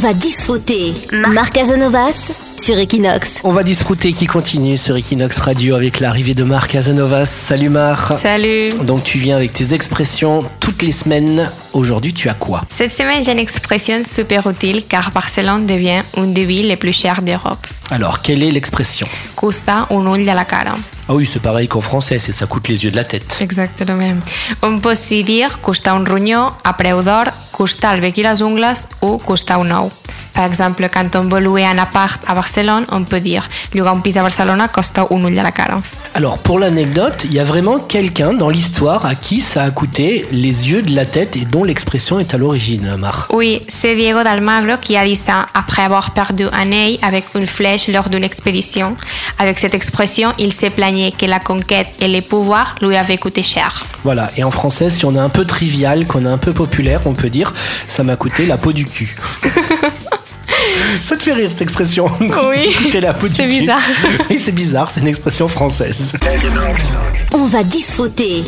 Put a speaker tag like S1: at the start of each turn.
S1: va disfruter. Marc Casanovas sur Equinox.
S2: On va disfruter qui continue sur Equinox Radio avec l'arrivée de Marc Casanovas. Salut Marc.
S3: Salut.
S2: Donc tu viens avec tes expressions toutes les semaines. Aujourd'hui, tu as quoi
S3: Cette semaine, j'ai une expression super utile car Barcelone devient une des villes les plus chères d'Europe.
S2: Alors, quelle est l'expression
S3: Custa un ull de la cara.
S2: Ah oui, c'est pareil qu'en français, c'est ça coûte les yeux de la tête.
S3: Exactament. On pot s'hi dir costar un ronyó a preu d'or, costar el bec i les ungles o costar un ou. Per exemple, quand on veut louer un appart a Barcelone, on peut dire llogar un pis a Barcelona costa un ull de la cara.
S2: Alors, pour l'anecdote, il y a vraiment quelqu'un dans l'histoire à qui ça a coûté les yeux de la tête et dont l'expression est à l'origine, Marc.
S3: Oui, c'est Diego d'Almagro qui a dit ça après avoir perdu un œil avec une flèche lors d'une expédition. Avec cette expression, il s'est plaigné que la conquête et les pouvoirs lui avaient coûté cher.
S2: Voilà, et en français, si on est un peu trivial, qu'on est un peu populaire, on peut dire ça m'a coûté la peau du cul. Ça te fait rire cette expression
S3: Oui.
S2: T'es la peau du
S3: C'est
S2: cul.
S3: bizarre.
S2: Oui, c'est bizarre, c'est une expression française.
S1: On va disfruter.